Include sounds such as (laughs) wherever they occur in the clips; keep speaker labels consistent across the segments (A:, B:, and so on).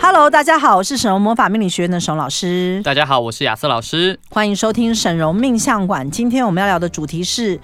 A: Hello，大家好，我是沈荣魔法命理学院的沈荣老师。
B: 大家好，我是亚瑟老师。
A: 欢迎收听沈荣命相馆。今天我们要聊的主题是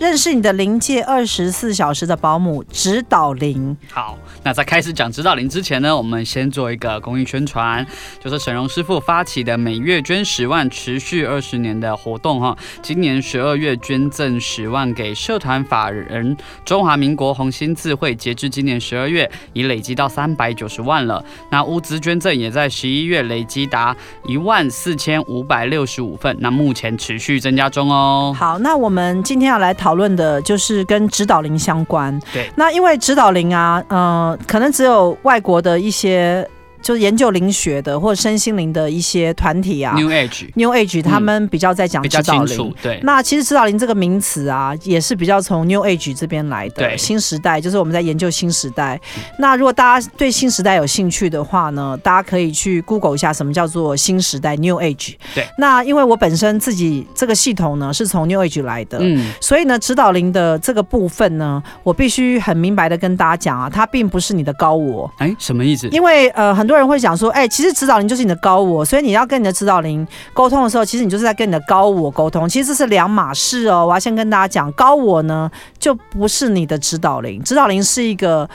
A: 认识你的灵界二十四小时的保姆指导灵。
B: 好，那在开始讲指导灵之前呢，我们先做一个公益宣传，就是沈荣师傅发起的每月捐十万、持续二十年的活动哈。今年十二月捐赠十万给社团法人中华民国红星智慧，截至今年十二月已累积到三百九十万了。那物资捐赠也在十一月累积达一万四千五百六十五份，那目前持续增加中哦。
A: 好，那我们今天要来讨论的就是跟指导灵相关。
B: 对，
A: 那因为指导灵啊，呃，可能只有外国的一些就是研究灵学的或者身心灵的一些团体啊
B: New Age
A: ，New Age 他们比较在讲
B: 比
A: 指
B: 较
A: 导
B: 清
A: 灵。
B: 楚，对。
A: 那其实指导灵这个名词啊，也是比较从 New Age 这边来的，
B: 对
A: 新时代就是我们在研究新时代。那如果大家对新时代有兴趣的话呢，大家可以去 Google 一下什么叫做新时代 New Age。
B: 对，
A: 那因为我本身自己这个系统呢是从 New Age 来的，
B: 嗯，
A: 所以呢，指导灵的这个部分呢，我必须很明白的跟大家讲啊，它并不是你的高我，
B: 哎，什么意思？
A: 因为呃，很多人会讲说，哎、其实指导灵就是你的高我，所以你要跟你的指导灵沟通的时候，其实你就是在跟你的高我沟通，其实这是两码事哦。我要先跟大家讲，高我呢就不是你的指导灵，指导灵是一个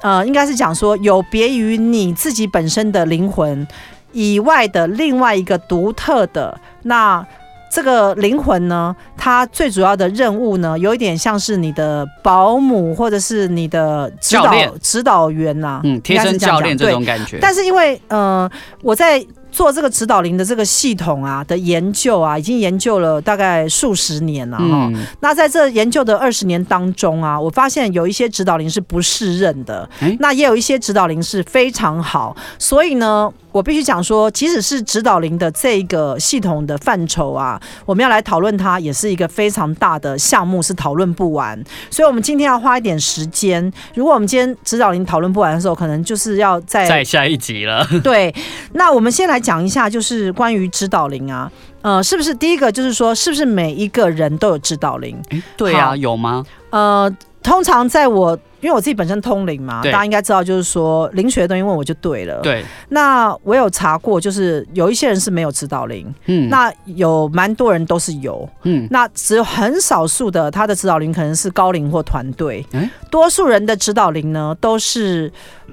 A: 呃，应该是讲说有别于你自己本身的灵魂以外的另外一个独特的那。这个灵魂呢，它最主要的任务呢，有一点像是你的保姆或者是你的指
B: 教
A: 导
B: 练
A: 指导员啊呐、
B: 嗯，贴身教练这
A: 对
B: 种感觉。
A: 但是因为呃，我在做这个指导灵的这个系统啊的研究啊，已经研究了大概数十年了哈、
B: 嗯，
A: 那在这研究的二十年当中啊，我发现有一些指导灵是不适任的，
B: 诶
A: 那也有一些指导灵是非常好。所以呢，我必须讲说，即使是指导灵的这个系统的范畴啊，我们要来讨论它，也是一个非常大的项目，是讨论不完。所以我们今天要花一点时间。如果我们今天指导灵讨论不完的时候，可能就是要在
B: 在下一集了。
A: 对，那我们先来讲一下，就是关于指导灵啊，呃，是不是第一个就是说，是不是每一个人都有指导灵？
B: 对 (laughs) 啊，
A: 好
B: 有吗？
A: 呃，通常在我。因为我自己本身通灵嘛，大
B: 对
A: 家应该知道，就是说灵学的东西问我就对了。，
B: 对，
A: 那我有查过，就是有一些人是没有指导灵，
B: 嗯，
A: 那有蛮多人都是有，
B: 嗯，
A: 那只有很少数的他的指导灵可能是高龄或团队，
B: 诶
A: 多数人的指导灵呢都是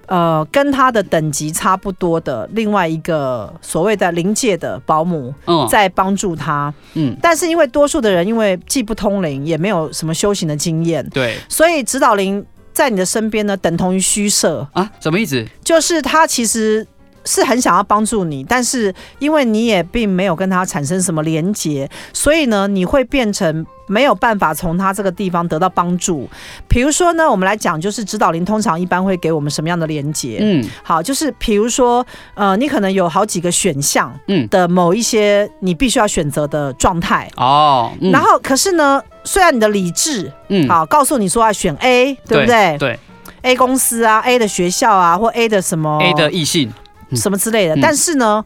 A: 呃跟他的等级差不多的另外一个所谓的灵界的保姆
B: 嗯，
A: 在帮助他，
B: 嗯，
A: 但是因为多数的人因为既不通灵也没有什么修行的经验，
B: 对
A: 所以指导灵在你的身边呢等同于虚设，
B: 啊，什么意思？
A: 就是他其实。是很想要帮助你，但是因为你也并没有跟他产生什么连结，所以呢，你会变成没有办法从他这个地方得到帮助。比如说呢，我们来讲，就是指导灵通常一般会给我们什么样的连结？
B: 嗯，
A: 好，就是比如说，呃，你可能有好几个选项，
B: 嗯
A: 的某一些你必须要选择的状态。
B: 哦，嗯
A: 然后，可是呢，虽然你的理智
B: 嗯，
A: 好告诉你说要选 A，对不对
B: 对
A: a 公司啊，A 的学校啊，或 A 的什么
B: ，A 的异性，嗯
A: 什么之类的。
B: 嗯
A: 但是呢，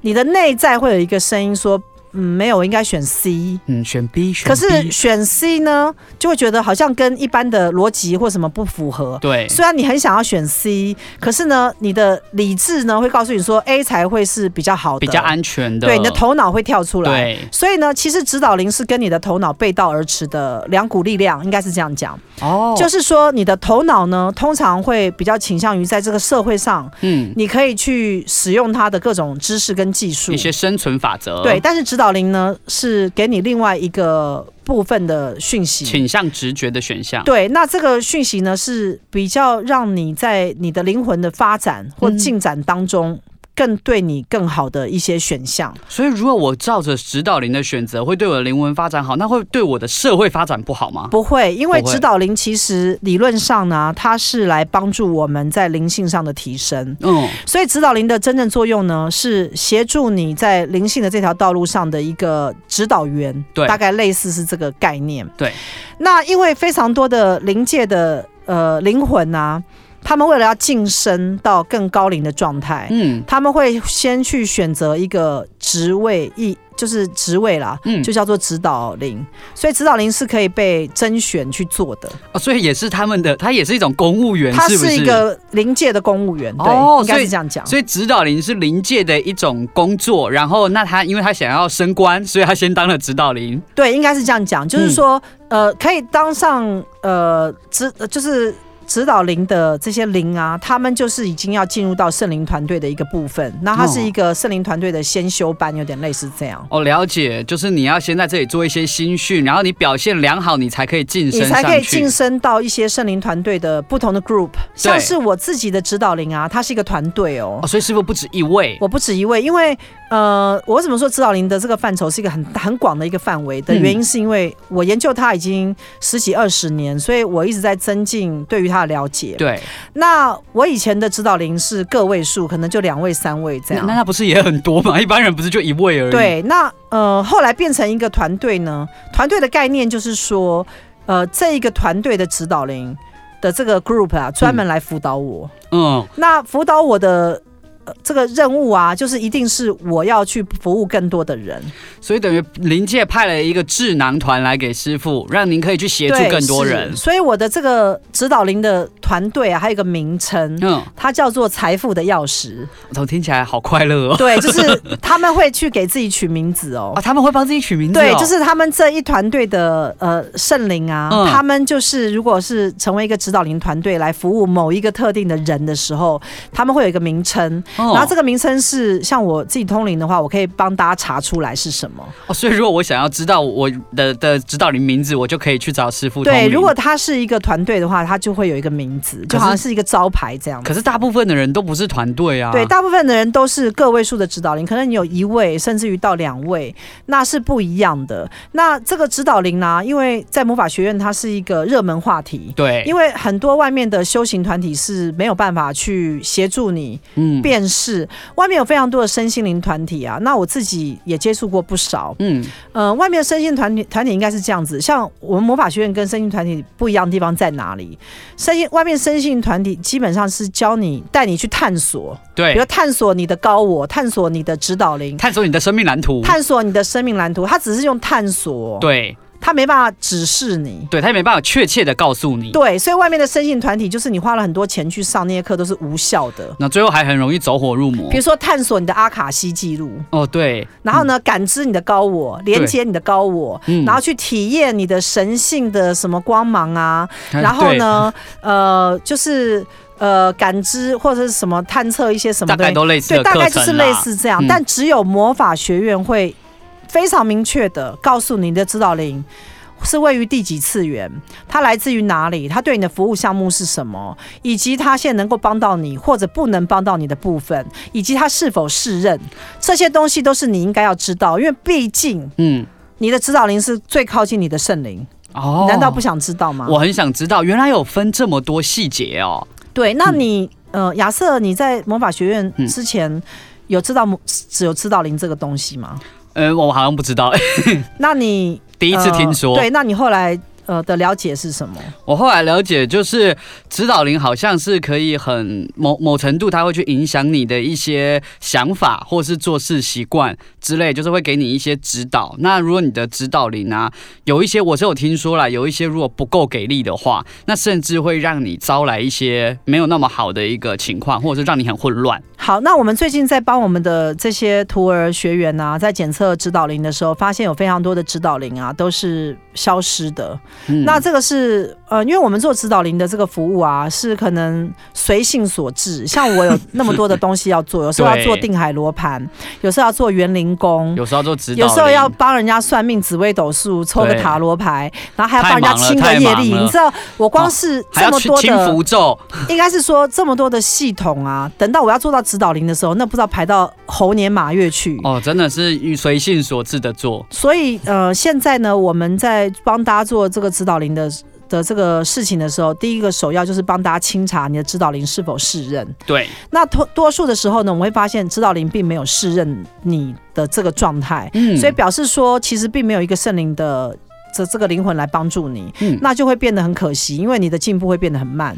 A: 你的内在会有一个声音说，嗯，没有，我应该选 C。
B: 嗯，选 B，选
A: 可是
B: B
A: 选 C 呢，就会觉得好像跟一般的逻辑或什么不符合。
B: 对，
A: 虽然你很想要选 C，可是呢，你的理智呢会告诉你说 A 才会是比较好的，
B: 比较安全的，
A: 对，你的头脑会跳出来。
B: 对，
A: 所以呢，其实指导灵是跟你的头脑背道而驰的两股力量，应该是这样讲。
B: 哦
A: 就，是说，你的头脑呢，通常会比较倾向于在这个社会上，
B: 嗯，
A: 你可以去使用它的各种知识跟技术
B: 一。些生存法则，
A: 对，，但是指导灵呢，是给你另外一个部分的讯息。
B: 倾向直觉的选项，
A: 对，那这个讯息呢，是比较让你在你的灵魂的发展或
B: 嗯
A: 进展当中。更对你更好的一些选项。
B: 所以如果我照着指导灵的选择，会对我的灵魂发展好，那会对我的社会发展不好吗？
A: 不会，因为
B: 不会
A: 指导灵其实理论上呢，它是来帮助我们在灵性上的提升。
B: 嗯，
A: 所以指导灵的真正作用呢，是协助你在灵性的这条道路上的一个指导员，
B: 对
A: 大概类似是这个概念。
B: 对，
A: 那因为非常多的灵界的呃灵魂呐、他们为了要晋升到更高龄的状态，
B: 嗯
A: 他们会先去选择一个职位，一就是职位啦。
B: 嗯，
A: 就叫做指导灵，所以指导灵是可以被甄选去做的，
B: 哦，所以也是他们的，他也是一种公务员，
A: 他
B: 是不
A: 一个灵界的公务员，对，
B: 哦
A: 应该
B: 所以
A: 是这样讲。
B: 所以指导灵是灵界的一种工作，然后那他因为他想要升官，所以他先当了指导灵。
A: 对，应该是这样讲，
B: 嗯
A: 就是说，呃，可以当上呃指，呃就是指导灵的这些灵啊，他们就是已经要进入到圣灵团队的一个部分，那它是一个圣灵团队的先修班，有点类似这样。
B: 哦，了解，就是你要先在这里做一些新训，然后你表现良好，你才可以晋升
A: 你
B: 上
A: 才
B: 去。
A: 可以晋升到一些圣灵团队的不同的 group，像是我自己的指导灵啊，它是一个团队哦
B: 哦，。所以师傅不止一位。
A: 我不止一位，因为呃，我为什么说指导灵的这个范畴是一个很很广的一个范围的
B: 嗯
A: 原因，是因为我研究它已经十几二十年，所以我一直在增进对于它的了解。
B: 对，
A: 那我以前的指导灵是个位数，可能就两位、三位这
B: 那
A: 样。
B: 那那不是也很多吗？一 (laughs) 般人不是就一位而已。，
A: 对，那呃，后来变成一个团队呢，团队的概念就是说，呃，这一个团队的指导灵的这个 group 啊，专门来辅导我。
B: 嗯，
A: 那辅导我的。呃这个任务啊，就是一定是我要去服务更多的人，
B: 所以等于灵界派了一个智囊团来给师傅，让您可以去协助
A: 对
B: 更多
A: 是
B: 人。
A: 所以我的这个指导灵的团队啊，还有一个名称，
B: 嗯，
A: 它叫做“财富的钥
B: (laughs)
A: 匙
B: 怎么听起来好快乐”。哦？
A: 对，就是他们会去给自己取名字哦
B: 哦，。他们会帮自己取名字、哦。
A: 对，就是他们这一团队的呃圣灵啊，
B: 嗯
A: 他们就是如果是成为一个指导灵团队来服务某一个特定的人的时候，他们会有一个名称，
B: 哦，
A: 然后这个名称是像我自己通灵的话，我可以帮大家查出来是什么。
B: 哦，所以如果我想要知道我的的指导灵名字，我就可以去找师傅通
A: 对，
B: 灵
A: 如果他是一个团队的话，他就会有一个名字，就好像是一个招牌这样子。
B: 可是大部分的人都不是团队啊。
A: 对，大部分的人都是个位数的指导灵，可能你有一位，甚至于到两位，那是不一样的。那这个指导灵呢、因为在魔法学院它是一个热门话题，
B: 对，
A: 因为很多外面的修行团体是没有办法去协助你
B: 嗯
A: 辨识，外面有非常多的身心灵团体啊。那我自己也接触过不少，
B: 嗯，
A: 呃，外面的身心团体团体应该是这样子，像我们魔法学院跟身心团体不一样的地方在哪里？身心外面身心团体基本上是教你带你去探索，比
B: 对
A: 如，探索你的高我，探索你的指导灵。
B: 探索你的生命蓝图。
A: 探索你的生命蓝图，它只是用探索，
B: 对
A: 它没办法指示你。
B: 对，他也没办法确切的告诉你。
A: 对，所以外面的身心团体，就是你花了很多钱去上那些课，都是无效的。
B: 那最后还很容易走火入魔
A: 比。如说，探索你的阿卡西记录，
B: 哦，对，
A: 然后呢，感知你的高我，连接你的高我，
B: 嗯
A: 然后去体验你的神性的什么光芒啊，
B: 嗯
A: 然后？呢，呃，就是呃，感知或者是什么探测一些什
B: 对
A: 么
B: 大
A: 东
B: 概
A: 西，
B: 都类似
A: 对，
B: 的
A: 大概
B: 课
A: 就
B: 程
A: 是
B: 啦
A: 类似这样
B: 嗯，
A: 但只有魔法学院会非常明确的告诉你的指导灵。是位于第几次元？它来自于哪里？它对你的服务项目是什么？以及它现在能够帮到你或者不能帮到你的部分，以及它是否适任，这些东西都是你应该要知道，因为毕竟
B: 嗯，
A: 你的指导灵是最靠近你的圣灵。
B: 哦
A: 你，难道不？想知道吗？
B: 我很想知道，原来有分这么多细节哦。
A: 对，那你、呃，亚瑟，你在魔法学院
B: 嗯
A: 之前、有知道魔只有指导灵这个东西吗？
B: 嗯，我好像不知道， (laughs)
A: 那你
B: 第一次听说。
A: 呃对，那你后来呃的了解是什么？
B: 我后来了解，就是指导灵好像是可以很某某程度，它会去影响你的一些想法或是做事习惯之类，就是会给你一些指导。那如果你的指导灵啊，有一些我是有听说啦，有一些如果不够给力的话，那甚至会让你招来一些没有那么好的一个情况，或者是让你很混乱。
A: 好，那我们最近在帮我们的这些徒儿学员呐、在检测指导灵的时候，发现有非常多的指导灵啊都是消失的。
B: 嗯
A: 那这个是呃，因为我们做指导灵的这个服务啊，是可能随性
B: (laughs)
A: 所致。像我有那么多的东西要做，有时候要做定海罗盘，有时候要做园林功，
B: 有时候做指导
A: 嗯有
B: 灵，
A: 时候要帮人家算命、紫微斗数、抽个
B: 对
A: 塔罗牌，然后还要帮人家
B: 太忙了
A: 清个
B: 太
A: 业
B: 忙
A: 力。
B: 了哦
A: 你知道，我光是这
B: 还要
A: 么
B: 去
A: 多
B: 清
A: 的，
B: 符咒，
A: 应该是说这么多的系统啊，等到我要做到指导灵的时候，那不知道排到猴年马月去。
B: 哦，真的是随性所致的做。
A: 所以呃，现在呢，我们在帮大家做这个指导灵的。的这个事情的时候，第一个首要就是帮大家清查你的指导灵是否适任。
B: 对，
A: 那多多数的时候呢，我们会发现指导灵并没有适任你的这个状态，
B: 嗯
A: 所以表示说其实并没有一个圣灵的这这个灵魂来帮助你，
B: 嗯
A: 那就会变得很可惜，因为你的进步会变得很慢。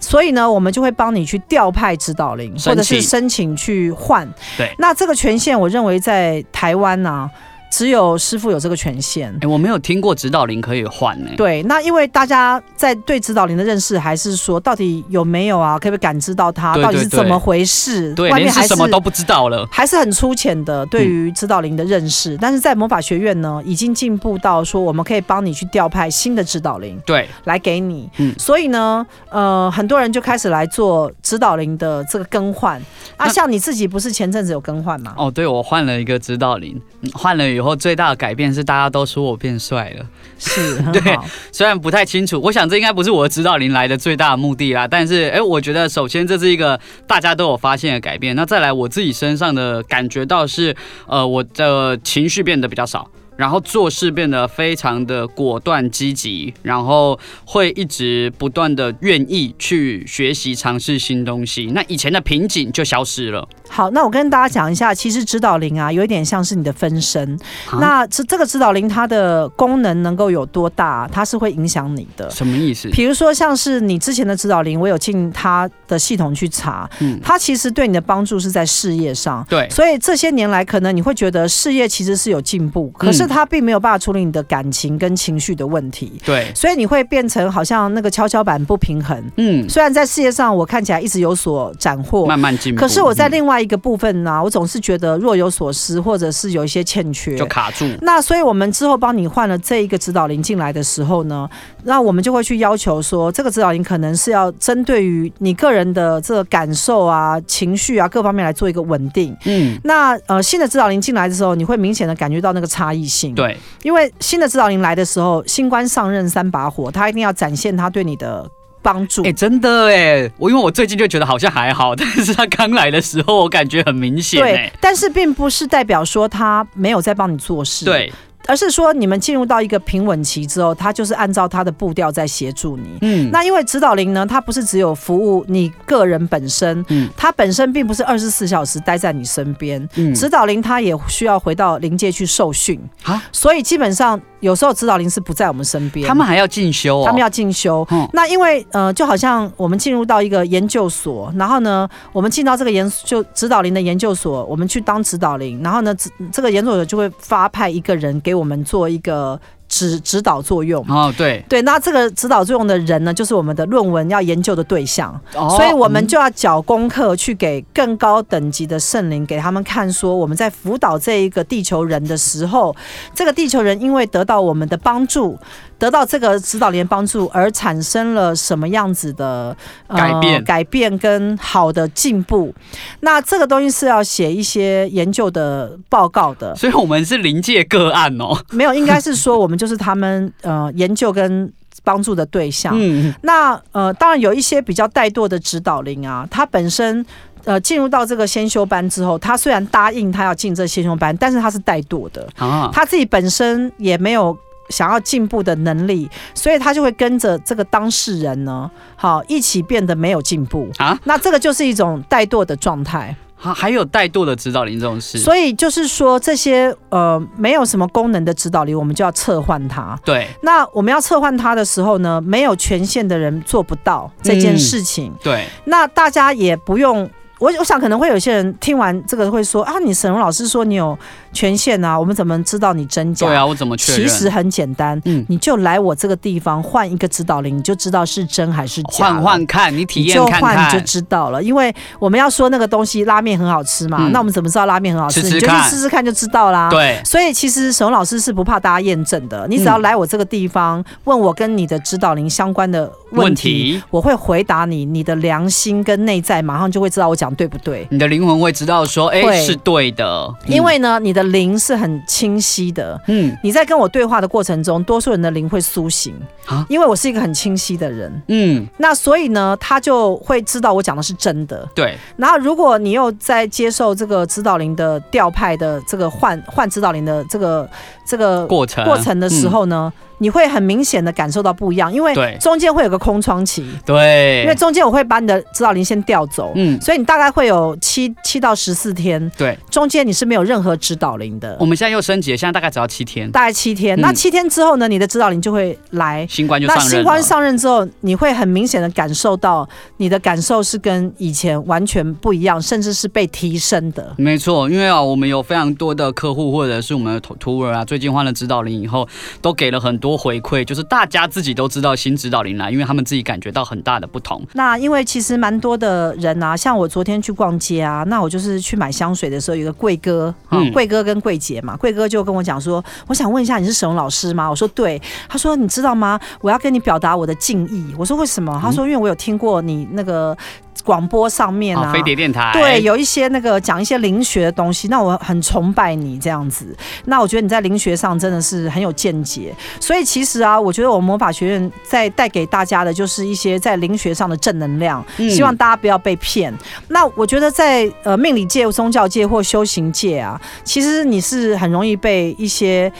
A: 所以呢，我们就会帮你去调派指导灵，
B: 申请
A: 或者是申请去换。
B: 对
A: 那这个权限，我认为在台湾呢、只有师傅有这个权限。
B: 哎、我没有听过指导灵可以换呢、
A: 对，那因为大家在对指导灵的认识，还是说到底有没有啊？可不可以感知到它
B: 对对
A: 到底是怎么回事？
B: 对，
A: 外
B: 连
A: 面还
B: 是什么都不知道了。
A: 还是很粗浅的对于
B: 嗯
A: 指导灵的认识，但是在魔法学院呢，已经进步到说我们可以帮你去调派新的指导灵
B: 对，
A: 来给你。
B: 嗯
A: 所以呢，呃，很多人就开始来做指导灵的这个更换。啊，
B: 那
A: 像你自己不是前阵子有更换吗？
B: 哦，对，我换了一个指导灵，嗯换了以后最大的改变是大家都说我变帅了。
A: 是，
B: (laughs)
A: 很
B: 对
A: 好。
B: 虽然不太清楚，我想这应该不是我的指导灵来的最大的目的啦，但是哎、诶我觉得首先这是一个大家都有发现的改变。那再来我自己身上的感觉到是，呃，我的情绪变得比较少。然后做事变得非常的果断积极，然后会一直不断的愿意去学习尝试新东西，那以前的瓶颈就消失了。
A: 好，那我跟大家讲一下，其实指导灵啊，有一点像是你的分身。
B: 啊
A: 那这这个指导灵它的功能能够有多大，它是会影响你的。
B: 什么意思？
A: 比如说，像是你之前的指导灵，我有进他的系统去查，
B: 嗯，
A: 它其实对你的帮助是在事业上。
B: 对，
A: 所以这些年来，可能你会觉得事业其实是有进步，可
B: 嗯
A: 是它并没有办法处理你的感情跟情绪的问题，
B: 对，
A: 所以你会变成好像那个跷跷板不平衡。
B: 嗯，
A: 虽然在事业上我看起来一直有所斩获，
B: 慢慢进步。
A: 可是我在
B: 嗯
A: 另外一个部分呢、我总是觉得若有所思，或者是有一些欠缺
B: 嗯就。卡住，
A: 那所以，我们之后帮你换了这一个指导灵进来的时候呢，那我们就会去要求说，这个指导灵可能是要针对于你个人的这个感受啊、情绪啊各方面来做一个稳定。
B: 嗯，
A: 那呃，新的指导灵进来的时候，你会明显的感觉到那个差异性。，
B: 对，
A: 因为新的指导灵来的时候，新官上任三把火，他一定要展现他对你的帮助。
B: 哎、真的哎，我因为我最近就觉得好像还好，但是他刚来的时候，我感觉很明显
A: 对
B: 哎，，
A: 但是并不是代表说他没有在帮你做事，，
B: 对，
A: 而是说你们进入到一个平稳期之后，他就是按照他的步调在协助你。
B: 嗯，
A: 那因为指导灵呢，它不是只有服务你个人本身，
B: 嗯
A: 它本身并不是二十四小时待在你身边，
B: 嗯
A: 指导灵它也需要回到灵界去受训
B: 啊
A: 所以基本上有时候指导灵是不在我们身边，
B: 他们还要进修哦，
A: 他们要进修。
B: 嗯
A: 那因为呃，就好像我们进入到一个研究所，然后呢，我们进到这个研就指导灵的研究所，我们去当指导灵，然后呢，指这个研究所就会发派一个人给我们做一个指指导作用。
B: 哦，对，
A: 对，那这个指导作用的人呢，就是我们的论文要研究的对象，
B: 哦
A: 所以我们
B: 嗯
A: 就要缴功课去给更高等级的圣灵，给他们看说我们在辅导这一个地球人的时候，这个地球人因为得到我们的帮助，得到这个指导灵的帮助而产生了什么样子的、呃
B: 改变
A: 改变跟好的进步。那这个东西是要写一些研究的报告的，
B: 所以我们是临界个案哦，
A: 没有，应该是说我们就是他们呃研究跟帮助的对象。
B: 嗯，
A: 那呃，当然有一些比较怠惰的指导灵啊，他本身呃进入到这个先修班之后，他虽然答应他要进这先修班，但是他是怠惰的，
B: 啊，
A: 他自己本身也没有。想要进步的能力，所以他就会跟着这个当事人呢，好一起变得没有进步
B: 啊。
A: 那这个就是一种怠惰的状态。
B: 还还有怠惰的指导灵这种事，
A: 所以就是说，这些呃没有什么功能的指导灵，我们就要撤换它。
B: 对
A: 那我们要撤换它的时候呢，没有权限的人做不到这件
B: 嗯
A: 事情。
B: 对，
A: 那大家也不用。我我想可能会有些人听完这个会说啊，你沈荣老师说你有权限啊，我们怎么知道你真假？
B: 对啊，我怎么确
A: 其
B: 认？
A: 实很简单，
B: 嗯
A: 你就来我这个地方换一个指导灵，你就知道是真还是假了。
B: 换换看，你体
A: 你
B: 验
A: 就
B: 看
A: 换你
B: 看
A: 就，知道了，因为我们要说那个东西拉面很好吃嘛，
B: 嗯
A: 那我们怎么知道拉面很好吃？
B: 吃吃
A: 你就去
B: 看
A: 试试看就知道啦。。
B: 对，
A: 所以其实沈荣老师是不怕大家验证的，你只要
B: 嗯
A: 来我这个地方，问我跟你的指导灵相关的问
B: 问
A: 题
B: 题
A: 我会回答你，你的良心跟内在马上就会知道我讲讲对不对？
B: 你的灵魂会知道说，哎、
A: 会
B: 是对的，
A: 因为呢，你的灵是很清晰的。
B: 嗯
A: 你在跟我对话的过程中，多数人的灵会苏醒
B: 啊，
A: 因为我是一个很清晰的人。
B: 嗯，
A: 那所以呢，他就会知道我讲的是真的。
B: 对，
A: 然后，如果你又在接受这个指导灵的调派的这个换换指导灵的这个这个
B: 过程嗯
A: 过程的时、候呢，你会很明显的感受到不一样，因为
B: 对
A: 中间会有个空窗期，
B: 嗯对，
A: 因为中间我会把你的指导灵先调走。
B: 嗯，
A: 所以你大概会有七七到十四天，
B: 对，
A: 中间你是没有任何指导灵的
B: 我，们现在又升级了，现在大概只要七天，
A: 大概七天。
B: 嗯
A: 那七天之后呢，你的指导灵就会来。
B: 新官就上
A: 那
B: 任了，
A: 新官上任之后，你会很明显的感受到你的感受是跟以前完全不一样，甚至是被提升的。
B: 没错，因为啊，我们有非常多的客户或者是我们的徒徒儿啊，最近换了指导灵以后，都给了很多回馈，就是大家自己都知道新指导灵来，因为他们自己感觉到很大的不同。
A: 那因为其实蛮多的人啊，像我昨天去逛街啊，那我就是去买香水的时候，有一个贵哥，哈、
B: 嗯
A: 贵哥跟贵姐嘛，贵哥就跟我讲说，我想问一下你是沈龙老师吗？我说对，他说你知道吗？我要跟你表达我的敬意。我说为什么？他说因为我有听过你那个广播上面啊，
B: 啊，飞碟电台，
A: 对，有一些那个讲一些灵学的东西，那我很崇拜你这样子。那我觉得你在灵学上真的是很有见解，所以其实啊，我觉得我们魔法学院在带给大家的就是一些在灵学上的正能量，
B: 嗯
A: 希望大家不要被骗。那我觉得在呃命理界、宗教界或修行界啊，其实你是很容易被一些。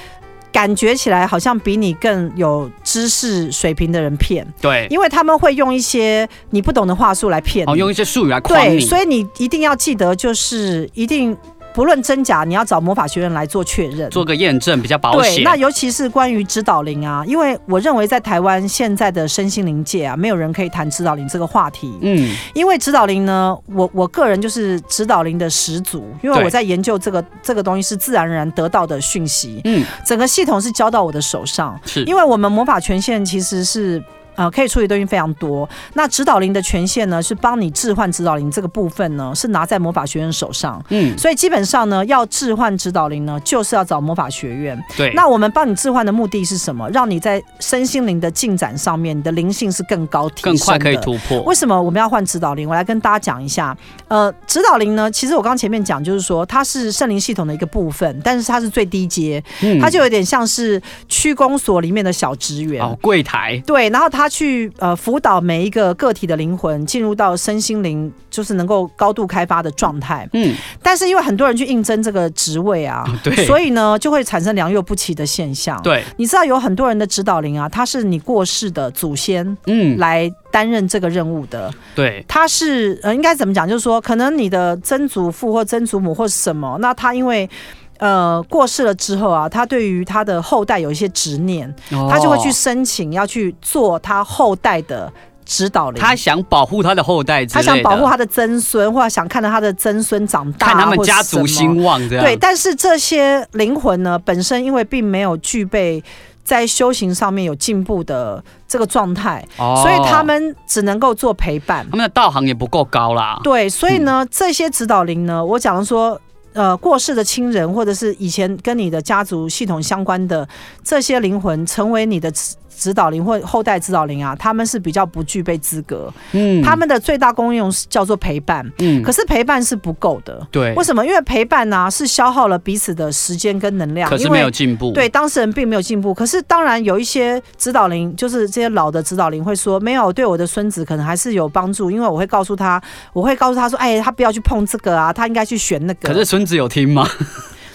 A: 感觉起来好像比你更有知识水平的人骗，
B: 对，
A: 因为他们会用一些你不懂的话术来骗你。
B: 哦，用一些术语来框
A: 对，
B: 你，
A: 所以你一定要记得，就是一定不论真假，你要找魔法学院来做确认。
B: 做个验证比较保
A: 对，
B: 险。
A: 那尤其是关于指导灵啊，因为我认为在台湾现在的身心灵界啊，没有人可以谈指导灵这个话题，
B: 嗯，
A: 因为指导灵呢，我我个人就是指导灵的始祖，因为
B: 对
A: 我在研究这个这个东西是自然而然得到的讯息，
B: 嗯，
A: 整个系统是交到我的手上，
B: 是，
A: 因为我们魔法权限其实是。呃，可以处理的东西非常多。那指导灵的权限呢，是帮你置换指导灵这个部分呢，是拿在魔法学院手上。
B: 嗯，
A: 所以基本上呢，要置换指导灵呢，就是要找魔法学院。
B: 对，
A: 那我们帮你置换的目的是什么？让你在身心灵的进展上面，你的灵性是更高提升
B: 更
A: 的
B: 快可以突破。
A: 为什么我们要换指导灵？我来跟大家讲一下。呃，指导灵呢，其实我刚刚前面讲，就是说它是圣灵系统的一个部分，但是它是最低阶，
B: 嗯
A: 它就有点像是区公所里面的小职员。
B: 哦，柜台，
A: 对，然后他去呃辅导每一个个体的灵魂进入到身心灵，就是能够高度开发的状态。
B: 嗯，
A: 但是因为很多人去应征这个职位啊，
B: 对，
A: 所
B: 以
A: 以呢就会产生良莠不齐的现象。，
B: 对，
A: 你知道有很多人的指导灵啊，他是你过世的祖先
B: 嗯，
A: 来担任这个任务的。
B: 对，
A: 他是呃，应该怎么讲？就是说，可能你的曾祖父或曾祖母或什么，那他因为。呃，过世了之后啊，他对于他的后代有一些执念，他
B: 他
A: 就会去，申请要去做他后代的指导灵。
B: 他想保护他的后代之
A: 他
B: 类的，
A: 想保护他的曾孙，或者想看到他的曾孙长大，
B: 看他们家
A: 或
B: 族
A: 是什么
B: 兴旺这样。
A: 对，但是这些灵魂呢，本身因为并没有具备在修行上面有进步的这个状态，
B: 哦
A: 所以他们只能够做陪伴
B: 他。们的道行也不够高啦。
A: 对，所以
B: 嗯
A: 呢，这些指导灵呢，我讲的说。呃，过世的亲人，或者是以前跟你的家族系统相关的这些灵魂，成为你的指指导灵或后代指导灵啊，他们是比较不具备资格。
B: 嗯
A: 他们的最大功用是叫做陪伴，
B: 嗯
A: 可是陪伴是不够的。
B: 对
A: 为，什么？因为陪伴呢、是消耗了彼此的时间跟能量，
B: 可是
A: 因
B: 没有
A: 为
B: 进步。
A: 对，当事人并没有进步。可是当然有一些指导灵，就是这些老的指导灵会说，没有对我的孙子可能还是有帮助，因为我会告诉他，我会告诉他说，哎，他不要去碰这个啊，他应该去选那个。
B: 可是孙子有听吗？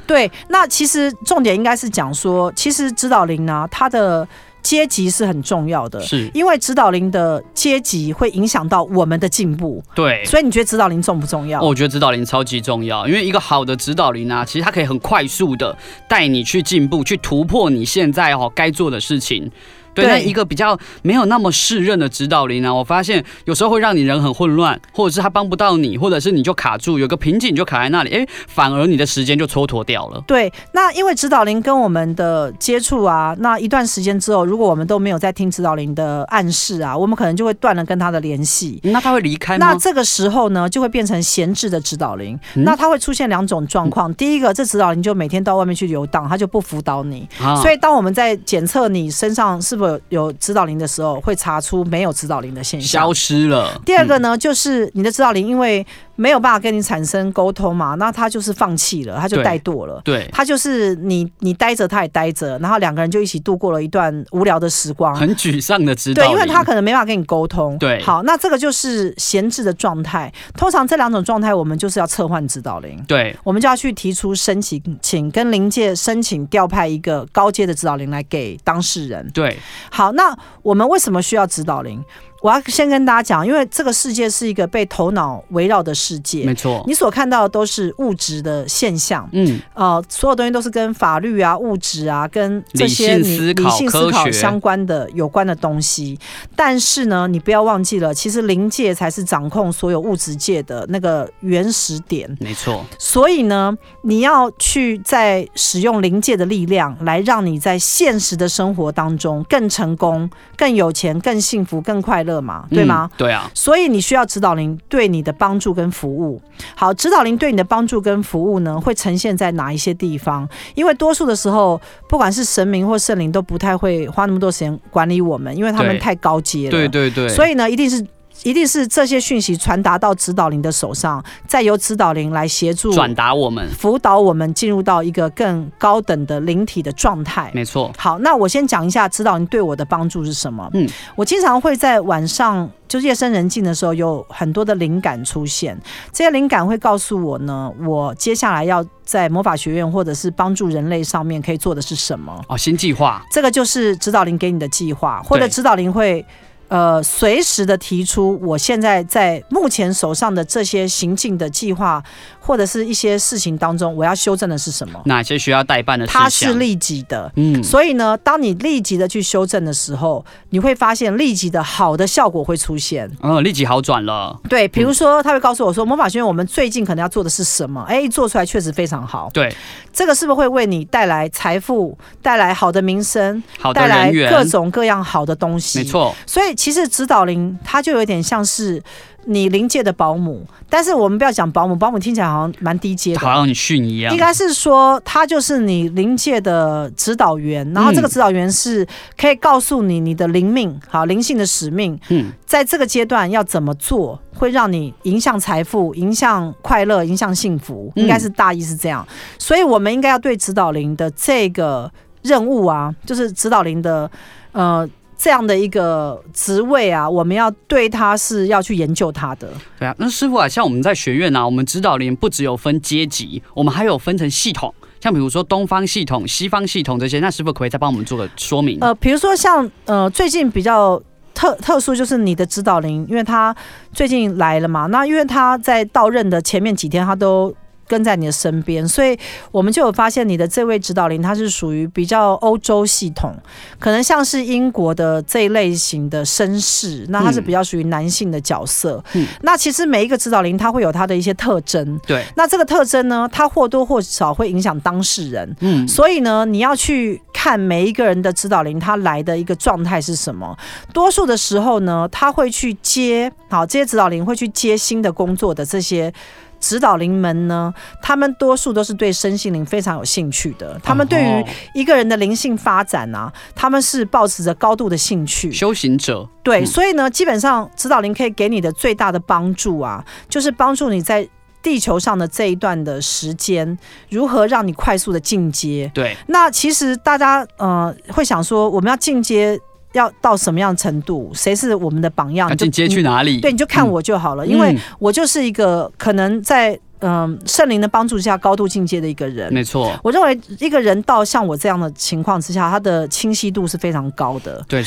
A: 对，那其实重点应该是讲说，其实指导灵呢、他的阶级是很重要的。
B: 是，
A: 因为指导灵的阶级会影响到我们的进步，
B: 对。
A: 所以你觉得指导灵重不重要？
B: 哦我觉得指导灵超级重要，因为一个好的指导灵啊，其实它可以很快速的带你去进步，去突破你现在哦该做的事情。对，
A: 对
B: 那一个比较没有那么适任的指导灵啊呢、我发现有时候会让你人很混乱，或者是他帮不到你，或者是你就卡住，有个瓶颈你就卡在那里，哎，反而你的时间就蹉跎掉了。
A: 对，那因为指导灵跟我们的接触啊，那一段时间之后，如果我们都没有在听指导灵的暗示啊，我们可能就会断了跟他的联系。
B: 那他会离开吗
A: 那？这个时候呢，就会变成闲置的指导灵。
B: 嗯
A: 那它会出现两种状况：第一个，这指导灵就每天到外面去游荡，他就不辅导你。
B: 啊
A: 所以，当我们在检测你身上是否有有指导灵的时候，会查出没有指导灵的现象
B: 消。失了。嗯
A: 第二个呢，就是你的指导灵因为没有办法跟你产生沟通嘛，那他就是放弃了，他就
B: 对
A: 怠惰了。
B: 对，
A: 他就是你，你待着，他也待着，然后两个人就一起度过了一段无聊的时光。
B: 很沮丧的指
A: 嗯
B: 导
A: 对，
B: 灵。
A: 因为他可能没办法跟你沟通。
B: 对
A: 好，那这个就是闲置的状态。通常这两种状态，我们就是要撤换指导灵，
B: 对
A: 我们就要去提出申请，请跟灵界申请调派一个高阶的指导灵来给当事人。
B: 对
A: 好，那我们为什么需要指导灵？我要先跟大家讲，因为这个世界是一个被头脑围绕的世界
B: 没，错，
A: 你所看到的都是物质的现象。
B: 嗯，
A: 呃，所有东西都是跟法律啊、物质啊、跟这些
B: 理性
A: 你
B: 思考
A: 理性思
B: 科
A: 考
B: 学
A: 相关的有关的东西。但是呢，你不要忘记了，其实灵界才是掌控所有物质界的那个原始点。
B: 没错，
A: 所以呢，你要去在使用灵界的力量，来让你在现实的生活当中更成功、更有钱、更幸福、更快乐嘛，对吗？
B: 嗯？对啊，
A: 所以你需要指导灵对你的帮助跟服务。好，指导灵对你的帮助跟服务呢，会呈现在哪一些地方？因为多数的时候，不管是神明或圣灵，都不太会花那么多时间管理我们，因为他们
B: 对
A: 太高阶了。
B: 对对对，
A: 所
B: 以
A: 以呢，一定是。一定是这些讯息传达到指导灵的手上，再由指导灵来协助
B: 转达我们，
A: 辅导我们进入到一个更高等的灵体的状态。
B: 没错，
A: 好，那我先讲一下指导灵对我的帮助是什么。
B: 嗯
A: 嗯，我经常会在晚上，就夜深人静的时候，有很多的灵感出现。这些灵感会告诉我呢，我接下来要在魔法学院或者是帮助人类上面可以做的是什么。
B: 哦，新计划，
A: 这个就是指导灵给你的计划，或者
B: 对
A: 指导灵会。呃，随时的提出我现在在目前手上的这些行进的计划，或者是一些事情当中，我要修正的是什么？
B: 哪些需要代办的嗯事
A: 它
B: 项？
A: 是立即的，
B: 嗯，
A: 所以呢，当你立即的去修正的时候，你会发现立即的好的效果会出现。
B: 哦，立即好转了，
A: 对，比如说他会告诉我说，魔法学院我们最近可能要做的是什么？哎，做出来确实非常好。
B: 对，
A: 这个是不是会为你带来财富、带来好的名声、
B: 好的
A: 带来
B: 人员，
A: 各种各样好的东西？
B: 没。错，
A: 所以其实指导灵它就有点像是你灵界的保姆，但是我们不要讲保姆，保姆听起来好像蛮低阶的。
B: 好像很逊一样
A: 应，该是说，他就是你灵界的指导员，然后这个
B: 嗯
A: 指导员是可以告诉你你的灵命，好灵性的使命，
B: 嗯，
A: 在这个阶段要怎么做，会让你迎向财富、迎向快乐、迎向幸福，
B: 嗯
A: 应该是大意是这样。所以我们应该要对指导灵的这个任务啊，就是指导灵的呃。这样的一个职位啊，我们要对他是要去研究他的，
B: 对啊。那师傅啊，像我们在学院啊，我们指导连不只有分阶级，我们还有分成系统，像比如说东方系统、西方系统这些，那师傅可不可以再帮我们做个说明？
A: 呃，比如说像呃，最近比较特特殊就是你的指导灵，因为他最近来了嘛，那因为他在到任的前面几天，他都。跟在你的身边，所以我们就有发现你的这位指导灵，他是属于比较欧洲系统，可能像是英国的这一类型的绅士，那他是
B: 嗯
A: 比较属于男性的角色。
B: 嗯
A: 那其实每一个指导灵，他会有他的一些特征，
B: 对，
A: 那这个特征呢，它或多或少会影响当事人。
B: 嗯，
A: 所以呢，你要去看每一个人的指导灵他来的一个状态是什么。多数的时候呢，他会去接，好，这些指导灵会去接新的工作的这些。指导灵们呢，他们多数都是对身心灵非常有兴趣的。他们对于
B: 哦
A: 一个人的灵性发展啊，他们是抱持着高度的兴趣。
B: 修行者，
A: 对，
B: 嗯
A: 所以呢，基本上指导灵可以给你的最大的帮助啊，就是帮助你在地球上的这一段的时间，如何让你快速的进阶。
B: 对，
A: 那其实大家呃会想说，我们要进阶要到什么样程度？谁是我们的榜样？
B: 要啊进阶去
A: 你
B: 哪里？
A: 嗯对，你就看我就好了，因为
B: 嗯
A: 我就是一个可能在嗯圣灵的帮助下高度进阶的一个人。
B: 嗯没错，
A: 我认为一个人到像我这样的情况之下，他的清晰度是非常高的。
B: 对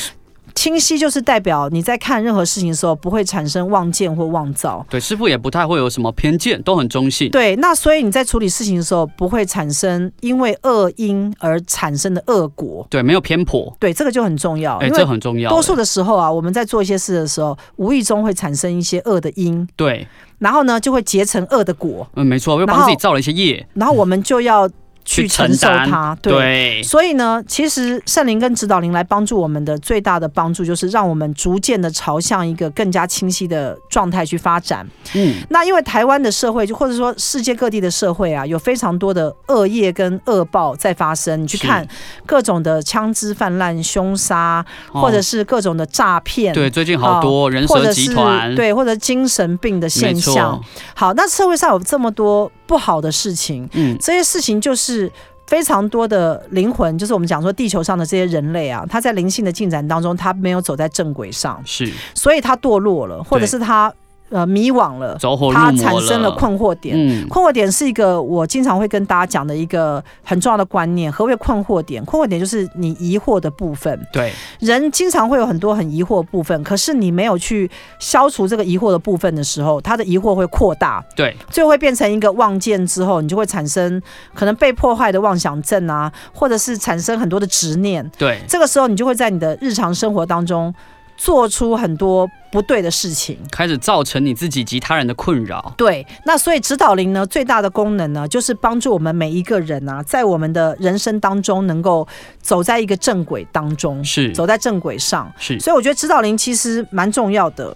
A: 清晰就是代表你在看任何事情的时候不会产生妄见或妄造。
B: 对，师傅也不太会有什么偏见，都很中性，
A: 对，那所以你在处理事情的时候不会产生因为恶因而产生的恶果。
B: 对，没有偏颇，
A: 对，这个就很重要，
B: 哎，
A: 啊因
B: 这
A: 为
B: 很重要，
A: 多数的时候啊，我们在做一些事的时候，无意中会产生一些恶的因，
B: 对，
A: 然后呢就会结成恶的果，
B: 嗯，没错，又
A: 然
B: 帮
A: 后
B: 自己造了一些业，
A: 然后我们就要。去承
B: 承
A: 受
B: 担
A: 它。
B: 对，
A: 所以呢，其实圣灵跟指导灵来帮助我们的最大的帮助，就是让我们逐渐的朝向一个更加清晰的状态去发展。
B: 嗯，
A: 那因为台湾的社会，就或者说世界各地的社会啊，有非常多的恶业跟恶报在发生。你去
B: 是
A: 看各种的枪支泛滥、凶杀，或者
B: 哦
A: 是各种的诈骗。
B: 对，最近好多人
A: 或者
B: 蛇集
A: 是
B: 团，，
A: 对，或者精神病的
B: 没
A: 现象
B: 错，，
A: 好，那社会上有这么多不好的事情，
B: 嗯，
A: 这些事情就是非常多的灵魂，就是我们讲说地球上的这些人类啊，他在灵性的进展当中，他没有走在正轨上，
B: 是
A: 所以他堕落了，或者是他呃迷惘了，
B: 走火入魔
A: 他产生了困惑点。
B: 嗯，
A: 困惑点是一个我经常会跟大家讲的一个很重要的观念。何谓困惑点？困惑点就是你疑惑的部分。
B: 对，
A: 人经常会有很多很疑惑的部分，可是你没有去消除这个疑惑的部分的时候，他的疑惑会扩大，
B: 对，
A: 最后会变成一个妄见之后，你就会产生可能被破坏的妄想症啊，或者是产生很多的执念。
B: 对，
A: 这个时候，你就会在你的日常生活当中做出很多不对的事情。
B: 开始造成你自己及他人的困扰，
A: 对，那所以指导灵呢，最大的功能呢，就是帮助我们每一个人啊，在我们的人生当中能够走在一个正轨当中，
B: 是
A: 走在正轨上。
B: 是。
A: 所以我觉得指导灵其实蛮重要的。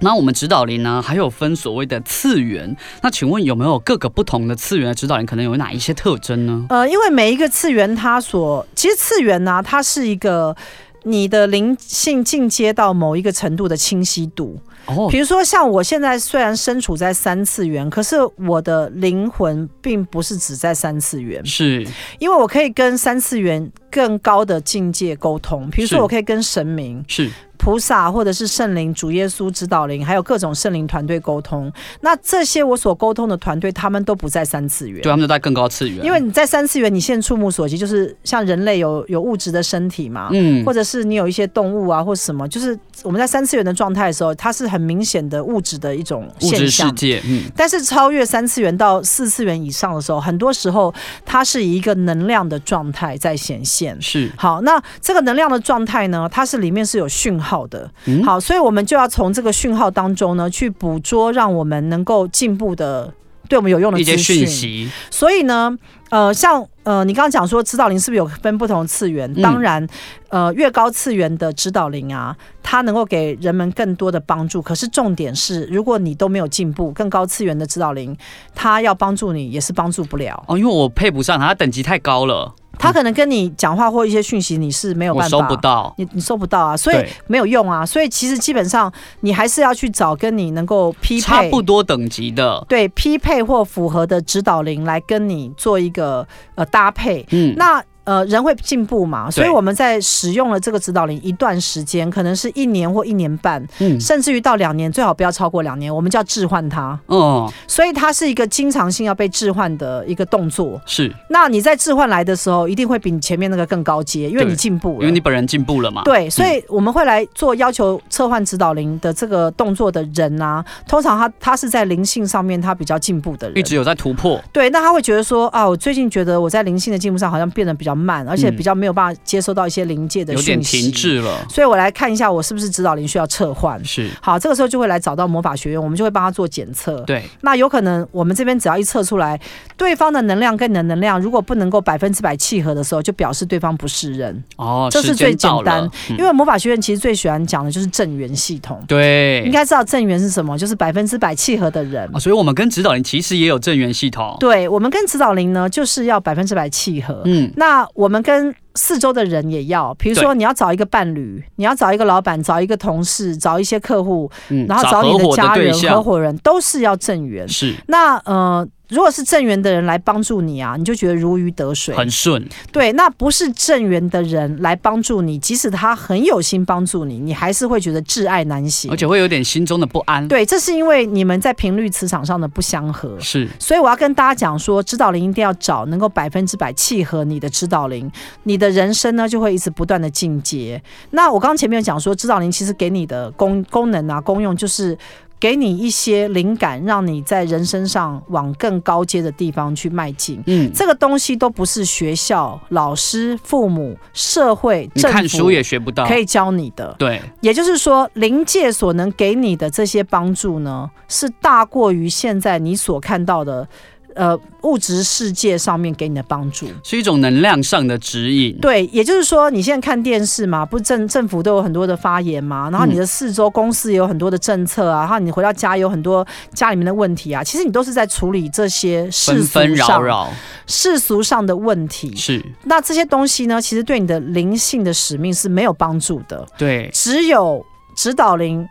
B: 那我们指导灵呢，还有分所谓的次元。那请问有没有各个不同的次元的指导灵，可能有哪一些特征呢？
A: 呃，因为每一个次元它所，其实次元呢、它是一个。你的灵性进阶到某一个程度的清晰度，
B: 哦，
A: 比如说像我现在虽然身处在三次元，可是我的灵魂并不是只在三次元，
B: 是
A: 因为我可以跟三次元更高的境界沟通，比如说
B: 是
A: 我可以跟神明、
B: 是，
A: 菩萨或者是圣灵、主耶稣指导灵，还有各种圣灵团队沟通。那这些我所沟通的团队，他们都不在三次元
B: 对，。他们都在更高次元，
A: 因为你在三次元，你现在触目所及就是像人类有有物质的身体嘛，
B: 嗯
A: 或者是你有一些动物啊，或什么，就是我们在三次元的状态的时候，它是很明显的物质的一种
B: 物
A: 现
B: 质世
A: 象。
B: 界，嗯，
A: 但是超越三次元到四次元以上的时候，很多时候它是以一个能量的状态在显现。
B: 是
A: 好，那这个能量的状态呢，它是里面是有讯号的。
B: 嗯
A: 好，所以我们就要从这个讯号当中呢，去捕捉让我们能够进步的。对我们有用的
B: 一些
A: 资
B: 讯
A: 讯，
B: 息，
A: 所以呢，呃，像呃，你刚刚讲说指导灵是不是有分不同次元？
B: 嗯
A: 当然，呃，越高次元的指导灵啊，它能够给人们更多的帮助。可是重点是，如果你都没有进步，更高次元的指导灵，它要帮助你也是帮助不了。
B: 哦，因为我配不上它，它等级太高了，
A: 它可能跟你讲话或一些讯息，你是没有
B: 我
A: 办法
B: 收不到。
A: 你你收不到啊，所以
B: 对，
A: 没有用啊。所以其实基本上你还是要去找跟你能够匹
B: 差
A: 配
B: 不多等级的，
A: 对匹配或符合的指导灵来跟你做一个呃搭配。
B: 嗯，
A: 那呃，人会进步嘛，所以
B: 对
A: 我们在使用了这个指导灵一段时间，可能是一年或一年半，
B: 嗯
A: 甚至于到两年，最好不要超过两年，我们就要置换它。
B: 哦，
A: 所以它是一个经常性要被置换的一个动作。
B: 是
A: 那你在置换来的时候，一定会比你前面那个更高阶，因为
B: 对
A: 你进步
B: 因
A: 了。
B: 为你嗯本人进步了嘛，，
A: 对，所以我们会来做要求撤换指导灵的这个动作的人啊，通常他他是在灵性上面他比较进步的人
B: 一，直有在突破，
A: 对，那他会觉得说啊，我最近觉得我在灵性的进步上好像变得比较慢，而且
B: 嗯
A: 比较没有办法接收到一些灵界的
B: 有点
A: 讯息，
B: 停，滞了，
A: 所以我来看一下我是不是指导灵需要撤换。
B: 是
A: 好，这个时候就会来找到魔法学院，我们就会帮他做检测。
B: 对，
A: 那有可能我们这边只要一测出来，对方的能量跟你的能量如果不能够百分之百契合的时候，就表示对方不是人。
B: 哦，
A: 这是
B: 时间
A: 最简
B: 到了
A: 单，
B: 嗯
A: 因为魔法学院其实最喜欢讲的就是正缘系统，
B: 对，
A: 应该知道正缘是什么，就是百分之百契合的人。
B: 哦，所以我们跟指导灵其实也有正缘系统。
A: 对我们跟指导灵呢，就是要百分之百契合。
B: 嗯，
A: 那我们跟四周的人也要，比如说你要找一个伴侣，你要找一个老板，找一个同事，找一些客户，
B: 嗯
A: 然后找你
B: 合伙
A: 家
B: 对
A: 人、合
B: 象
A: 伙人，都是要正缘。
B: 是
A: 那呃，如果是正缘的人来帮助你啊，你就觉得如鱼得水。
B: 很顺，
A: 对，那不是正缘的人来帮助你，即使他很有心帮助你，你还是会觉得挚爱难行
B: 而。且会有点心中的不安。，
A: 对，这是因为你们在频率磁场上的不相合。
B: 是
A: 所以我要跟大家讲说，指导灵一定要找能够百分之百契合你的指导灵，你的人生呢就会一直不断的进阶。那我刚刚前面有讲说，指导灵其实给你的功功能啊功用就是。给你一些灵感，让你在人生上往更高阶的地方去迈进。
B: 嗯，
A: 这个东西都不是学校、老师、父母、社会、
B: 你
A: 政
B: 看
A: 府
B: 书也学不到。
A: 可以教你的。
B: 对，
A: 也就是说，灵界所能给你的这些帮助呢，是大过于现在你所看到的。呃物质世界上面给你的帮助。
B: 是一种能量上的指引。
A: 对，也就是说，你现在看电视嘛，不是政政府都有很多的发言嘛，然后你的四周公司也有很多的政策啊，然后你回到家有很多家里面的问题啊，其实你都是在处理这些世
B: 纷纷
A: 俗
B: 扰
A: 上
B: 扰
A: 世俗上的问题。
B: 是
A: 那这些东西呢，其实对你的灵性的使命是没有帮助的。
B: 对，
A: 只有指导灵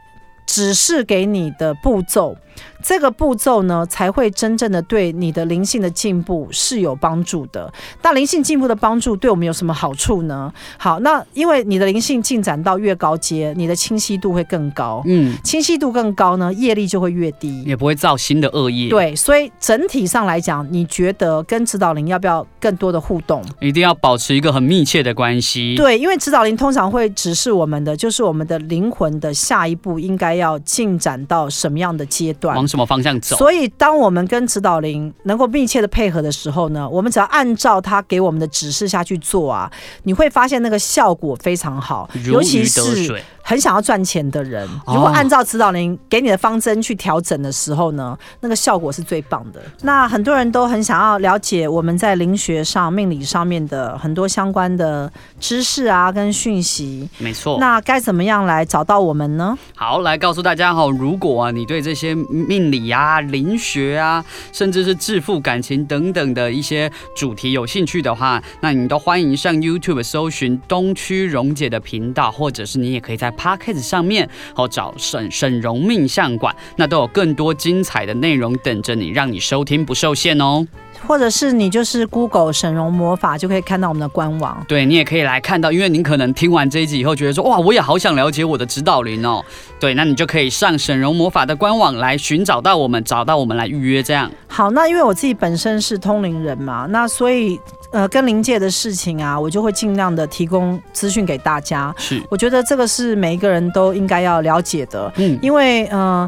A: 指示给你的步骤，这个步骤呢，才会真正的对你的灵性的进步是有帮助的。那灵性进步的帮助对我们有什么好处呢？好，那因为你的灵性进展到越高阶，你的清晰度会更高，
B: 嗯，
A: 清晰度更高呢，业力就会越低。
B: 也不会造新的恶业。，
A: 对，所以整体上来讲，你觉得跟指导灵要不要更多的互动？
B: 一定要保持一个很密切的关系。，
A: 对，因为指导灵通常会指示我们的，就是我们的灵魂的下一步应该要进展到什么样的阶段。
B: 往什么方向走？
A: 所以，当我们跟指导灵能够密切的配合的时候呢，我们只要按照他给我们的指示下去做啊，你会发现那个效果非常好，
B: 如
A: 尤
B: 鱼
A: 其
B: 得
A: 是
B: 水，
A: 很想要赚钱的人，
B: 哦
A: 如果按照指导灵给你的方针去调整的时候呢，那个效果是最棒的。那很多人都很想要了解我们在灵学上、命理上面的很多相关的知识啊，跟讯息。
B: 没错。
A: 那该怎么样来找到我们呢？
B: 好，来告诉大家哈、如果啊你对这些命理啊、灵学啊，甚至是致富、感情等等的一些主题有兴趣的话，那你都欢迎上 YouTube 搜寻东区荣姐的频道，或者是你也可以在 Podcast 上面哦找沈沈荣命相馆，那都有更多精彩的内容等着你，让你收听不受限哦。
A: 或者是你就是 Google 沈容魔法就可以看到我们的官网。
B: 对你也可以来看到，因为您可能听完这一集以后，觉得说哇，我也好想了解我的指导灵哦。对，那你就可以上沈荣魔法的官网来寻找到我们，找到我们来预约这样。
A: 好，那因为我自己本身是通灵人嘛，那所以呃，跟灵界的事情啊，我就会尽量的提供资讯给大家。
B: 是，
A: 我觉得这个是每一个人都应该要了解的，
B: 嗯，
A: 因为呃，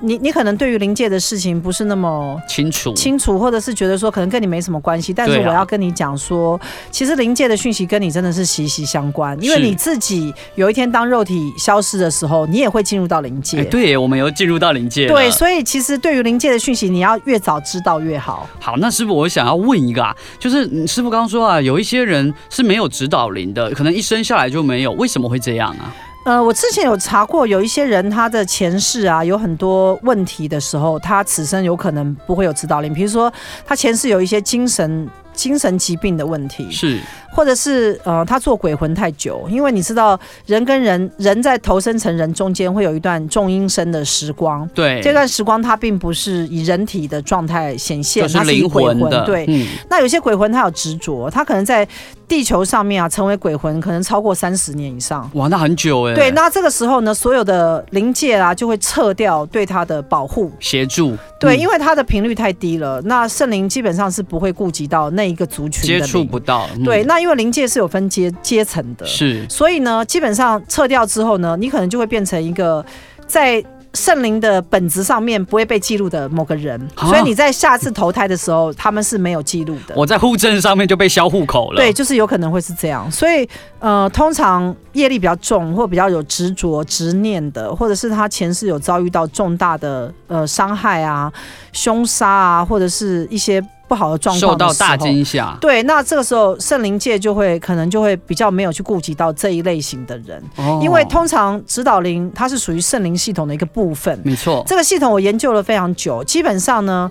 A: 你你可能对于灵界的事情不是那么。
B: 清楚，
A: 清楚，或者是觉得说可能跟你没什么关系，但是
B: 对啊
A: 我要跟你讲说，其实灵界的讯息跟你真的是息息相关，因为
B: 是
A: 你自己有一天当肉体消失的时候，你也会进入到灵界。
B: 哎，对耶，我们又进入到灵界了。
A: 对，所以其实对于灵界的讯息，你要越早知道越好。
B: 好，那师傅，我想要问一个啊，就是嗯师傅刚刚说啊，有一些人是没有指导灵的，可能一生下来就没有，为什么会这样啊？
A: 呃，我之前有查过，有一些人他的前世啊有很多问题的时候，他此生有可能不会有指导灵，比如说他前世有一些精神。精神疾病的问题，
B: 是，
A: 或者是呃，他做鬼魂太久，因为你知道人跟人人在投生成人中间会有一段重阴身的时光，
B: 对，
A: 这段时光它并不是以人体的状态显现，
B: 就
A: 它
B: 是
A: 是以
B: 灵
A: 鬼
B: 魂
A: 魂
B: 的，
A: 对，
B: 嗯，
A: 那有些鬼魂他有执着，他可能在地球上面啊成为鬼魂，可能超过三十年以上。
B: 哇，那很久哎，
A: 对，那这个时候呢，所有的灵界啊就会撤掉对他的保护，
B: 协助，
A: 对，
B: 嗯
A: 因为他的频率太低了，那圣灵基本上是不会顾及到那一个族群
B: 接
A: 的
B: 触
A: 灵
B: 不到，嗯
A: 对，，那因为灵界是有分阶阶层的，
B: 是，
A: 所以呢，基本上撤掉之后呢，你可能就会变成一个在。圣灵的本质上面不会被记录的某个人，
B: 啊
A: 所以你在下次投胎的时候，他们是没有记录的。
B: 我在户政上面就被销户口了。
A: 对，，就是有可能会是这样。所以，呃，通常业力比较重，或比较有执着、执念的，或者是他前世有遭遇到重大的呃伤害啊、凶杀啊，或者是一些不好的状况
B: 受
A: 的
B: 到
A: 时
B: 大
A: 候
B: 惊吓。
A: 对，那这个时候圣灵界就会可能就会比较没有去顾及到这一类型的人，
B: 哦
A: 因为通常指导灵它是属于圣灵系统的一个部分。
B: 没错，
A: 这个系统我研究了非常久，基本上呢。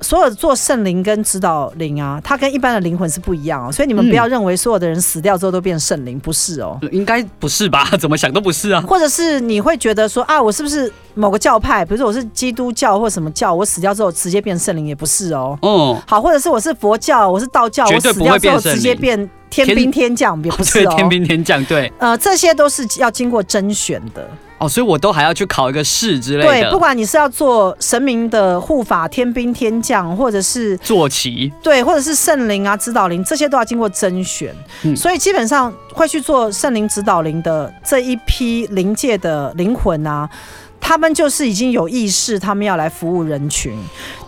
A: 所有做圣灵跟指导灵啊，它跟一般的灵魂是不一样哦，所以你们
B: 嗯
A: 不要认为所有的人死掉之后都变圣灵，不是哦。
B: 应该不是吧？ (laughs) 怎么想都不是啊。
A: 或者是你会觉得说啊，我是不是某个教派？比如说我是基督教或什么教，我死掉之后直接变圣灵也不是哦。
B: 哦，
A: 好，或者是我是佛教，我是道教，
B: 绝
A: 我
B: 对
A: 死
B: 不
A: 掉
B: 会
A: 之
B: 变
A: 后
B: 圣灵
A: 直接变天兵天将，也不是
B: (laughs) 对，
A: 哦。
B: 天兵天将，对，
A: 呃，这些都是要经过甄选的。
B: 哦，所以我都还要去考一个试之类
A: 对，
B: 的，
A: 不管你是要做神明的护法、天兵天将，或者是
B: 坐骑，
A: 对，或者是圣灵啊、指导灵，这些都要经过甄选。
B: 嗯
A: 所以基本上会去做圣灵指导灵的这一批灵界的灵魂啊，他们就是已经有意识，他们要来服务人群。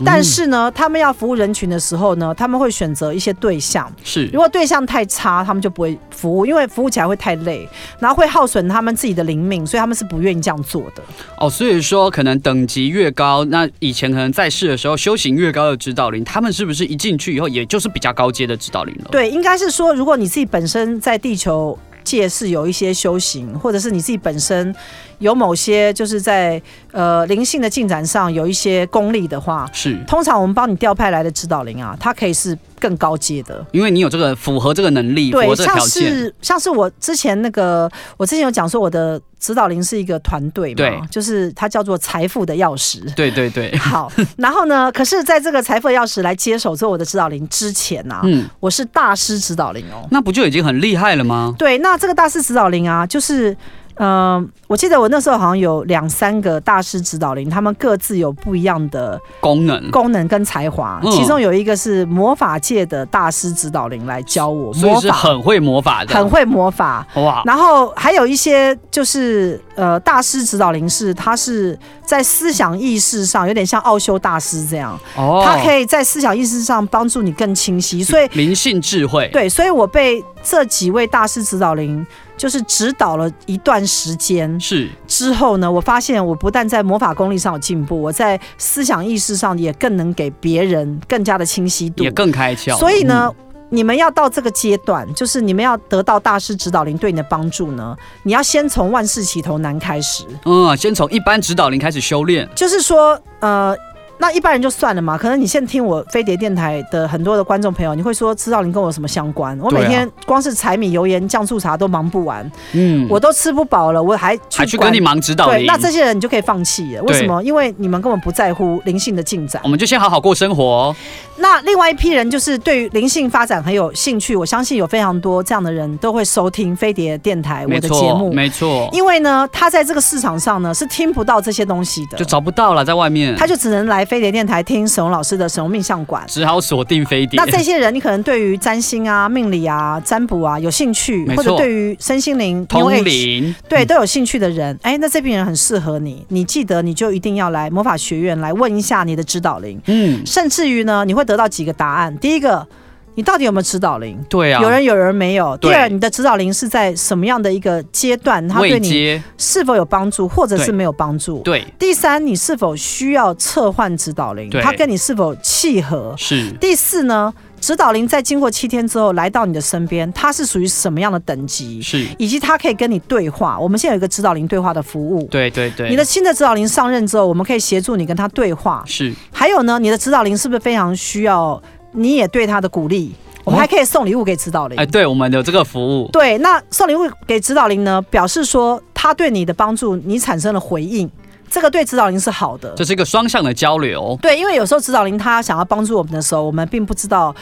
A: 但是呢，他们要服务人群的时候呢，他们会选择一些对象。
B: 是
A: 如果对象太差，他们就不会服务，因为服务起来会太累，然后会耗损他们自己的灵命，所以他们是不愿意这样做的。
B: 哦，所以说可能等级越高，那以前可能在世的时候修行越高的指导灵，他们是不是一进去以后，也就是比较高阶的指导灵了？，
A: 对，应该是说，如果你自己本身在地球界是有一些修行，或者是你自己本身有某些就是在呃灵性的进展上有一些功力的话，
B: 是
A: 通常我们帮你调派来的指导灵啊，它可以是更高阶的。
B: 因为你有这个符合这个能力，符
A: 对，
B: 合这个
A: 像
B: 条件，
A: 是像是我之前那个，我之前有讲说我的指导灵是一个团队嘛，
B: 对
A: 就是它叫做财富的钥匙。
B: 对对对，
A: 好，然后呢？可是，在这个财富的钥匙来接手做我的指导灵之前啊，
B: 嗯，
A: 我是大师指导灵哦。
B: 那不就已经很厉害了吗？
A: 对，那这个大师指导灵啊，就是，嗯、我记得我那时候好像有两三个大师指导灵，他们各自有不一样的
B: 功能，
A: 功能跟才华，
B: 嗯
A: 其中有一个是魔法界的大师指导灵来教我
B: 所
A: 魔
B: 以是
A: 法，
B: 很会魔法的，
A: 很会魔法。
B: 哇，
A: 然后还有一些就是呃，大师指导灵是他是在思想意识上有点像奥修大师这样，
B: 哦
A: 他可以在思想意识上帮助你更清晰，所以
B: 灵性智慧，
A: 对，所以我被这几位大师指导灵就是指导了一段时间
B: 是
A: 之后呢，我发现我不但在魔法功力上有进步，我在思想意识上也更能给别人更加的清晰度
B: 也。更开窍了，嗯
A: 所以呢。你们要到这个阶段，就是你们要得到大师指导灵对你的帮助呢，你要先从万事起头难开始。
B: 嗯，嗯，先从一般指导灵开始修炼，
A: 就是说，呃，那一般人就算了嘛。可能你现在听我飞碟电台的很多的观众朋友，你会说知道你跟我有什么相关？我
B: 对啊
A: 每天光是柴米油盐酱醋茶都忙不完，
B: 嗯，
A: 我都吃不饱了，我还去
B: 还去跟你
A: 管
B: 忙指导
A: 对，
B: 灵，
A: 那这些人你就可以放弃了。为
B: 对
A: 什么？因为你们根本不在乎灵性的进展
B: 我。们就先好好过生活，
A: 那另外一批人就是对于灵性发展很有兴趣，我相信有非常多这样的人都会收听飞碟电台哎我
B: 没
A: 的节
B: 错，
A: 目，
B: 没错，
A: 因为呢，他在这个市场上呢是听不到这些东西的，
B: 就找不到了，在外面，
A: 他就只能来飞碟电台听沈荣老师的沈荣命相馆。
B: 只好锁定飞碟
A: 那，这些人，你可能对于占星啊、命理啊、占卜啊有兴趣
B: 没，
A: 或
B: 错
A: 者对于身心灵、New
B: (laughs) 通
A: Age
B: 灵，
A: 对都有兴趣的人，哎，那这批人很适合你。你记得，你就一定要来魔法学院来问一下你的指导灵，
B: 嗯，
A: 甚至于呢，你会得到几个答案。第一个，你到底有没有指导灵？
B: 对啊，
A: 有人有人没有。第
B: 对
A: 二，你的指导灵是在什么样的一个阶段？他对
B: 未
A: 你
B: 接，
A: 是否有帮助，或者是
B: 对
A: 没有帮助？
B: 对，
A: 第三，你是否需要撤换指导灵？
B: 对
A: 他跟你是否契合？
B: 是
A: 第四呢，指导灵在经过七天之后来到你的身边，它是属于什么样的等级，
B: 是，
A: 以及它可以跟你对话。我们现在有一个指导灵对话的服务。
B: 对对对，
A: 你的新的指导灵上任之后，我们可以协助你跟他对话。
B: 是
A: 还有呢，你的指导灵是不是非常需要你也对他的鼓励？我们还可以送礼物给指导灵。
B: 哎，对，我们有这个服务，
A: 对，那送礼物给指导灵呢，表示说他对你的帮助，你产生了回应，这个对指导灵是好的。
B: 这是一个双向的交流，
A: 对，因为有时候指导灵他想要帮助我们的时候，我们并不知道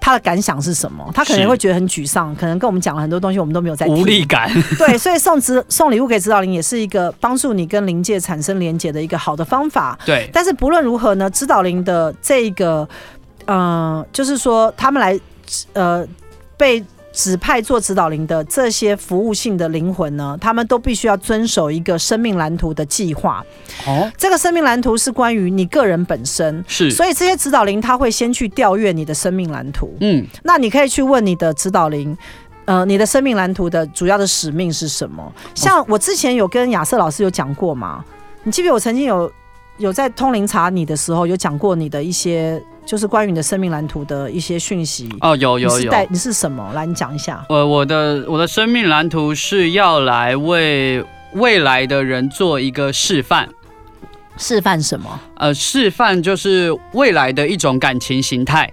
A: 他的感想是什么，他可能
B: 是
A: 会觉得很沮丧，可能跟我们讲了很多东西，我们都没有在听
B: 无力。感，
A: (laughs) 对，所以送指送礼物给指导灵也是一个帮助你跟灵界产生连接的一个好的方法。
B: 对，
A: 但是不论如何呢，指导灵的这个，呃，就是说他们来呃被。指派做指导灵的这些服务性的灵魂呢，他们都必须要遵守一个生命蓝图的计划。
B: 哦，
A: 这个生命蓝图是关于你个人本身，
B: 是，
A: 所以这些指导灵他会先去调阅你的生命蓝图，
B: 嗯，
A: 那你可以去问你的指导灵。呃，你的生命蓝图的主要的使命是什么？
B: 哦
A: 像我之前有跟亚瑟老师有讲过嘛，你记不记得我曾经有有在通灵查你的时候有讲过你的一些就是关于你的生命蓝图的一些讯息？
B: 哦，有有
A: 你是
B: 有，
A: 带你是什么？来，你讲一下。
B: 呃，我的我的生命蓝图是要来为未来的人做一个示范，
A: 示范什么？
B: 呃，示范就是未来的一种感情形态。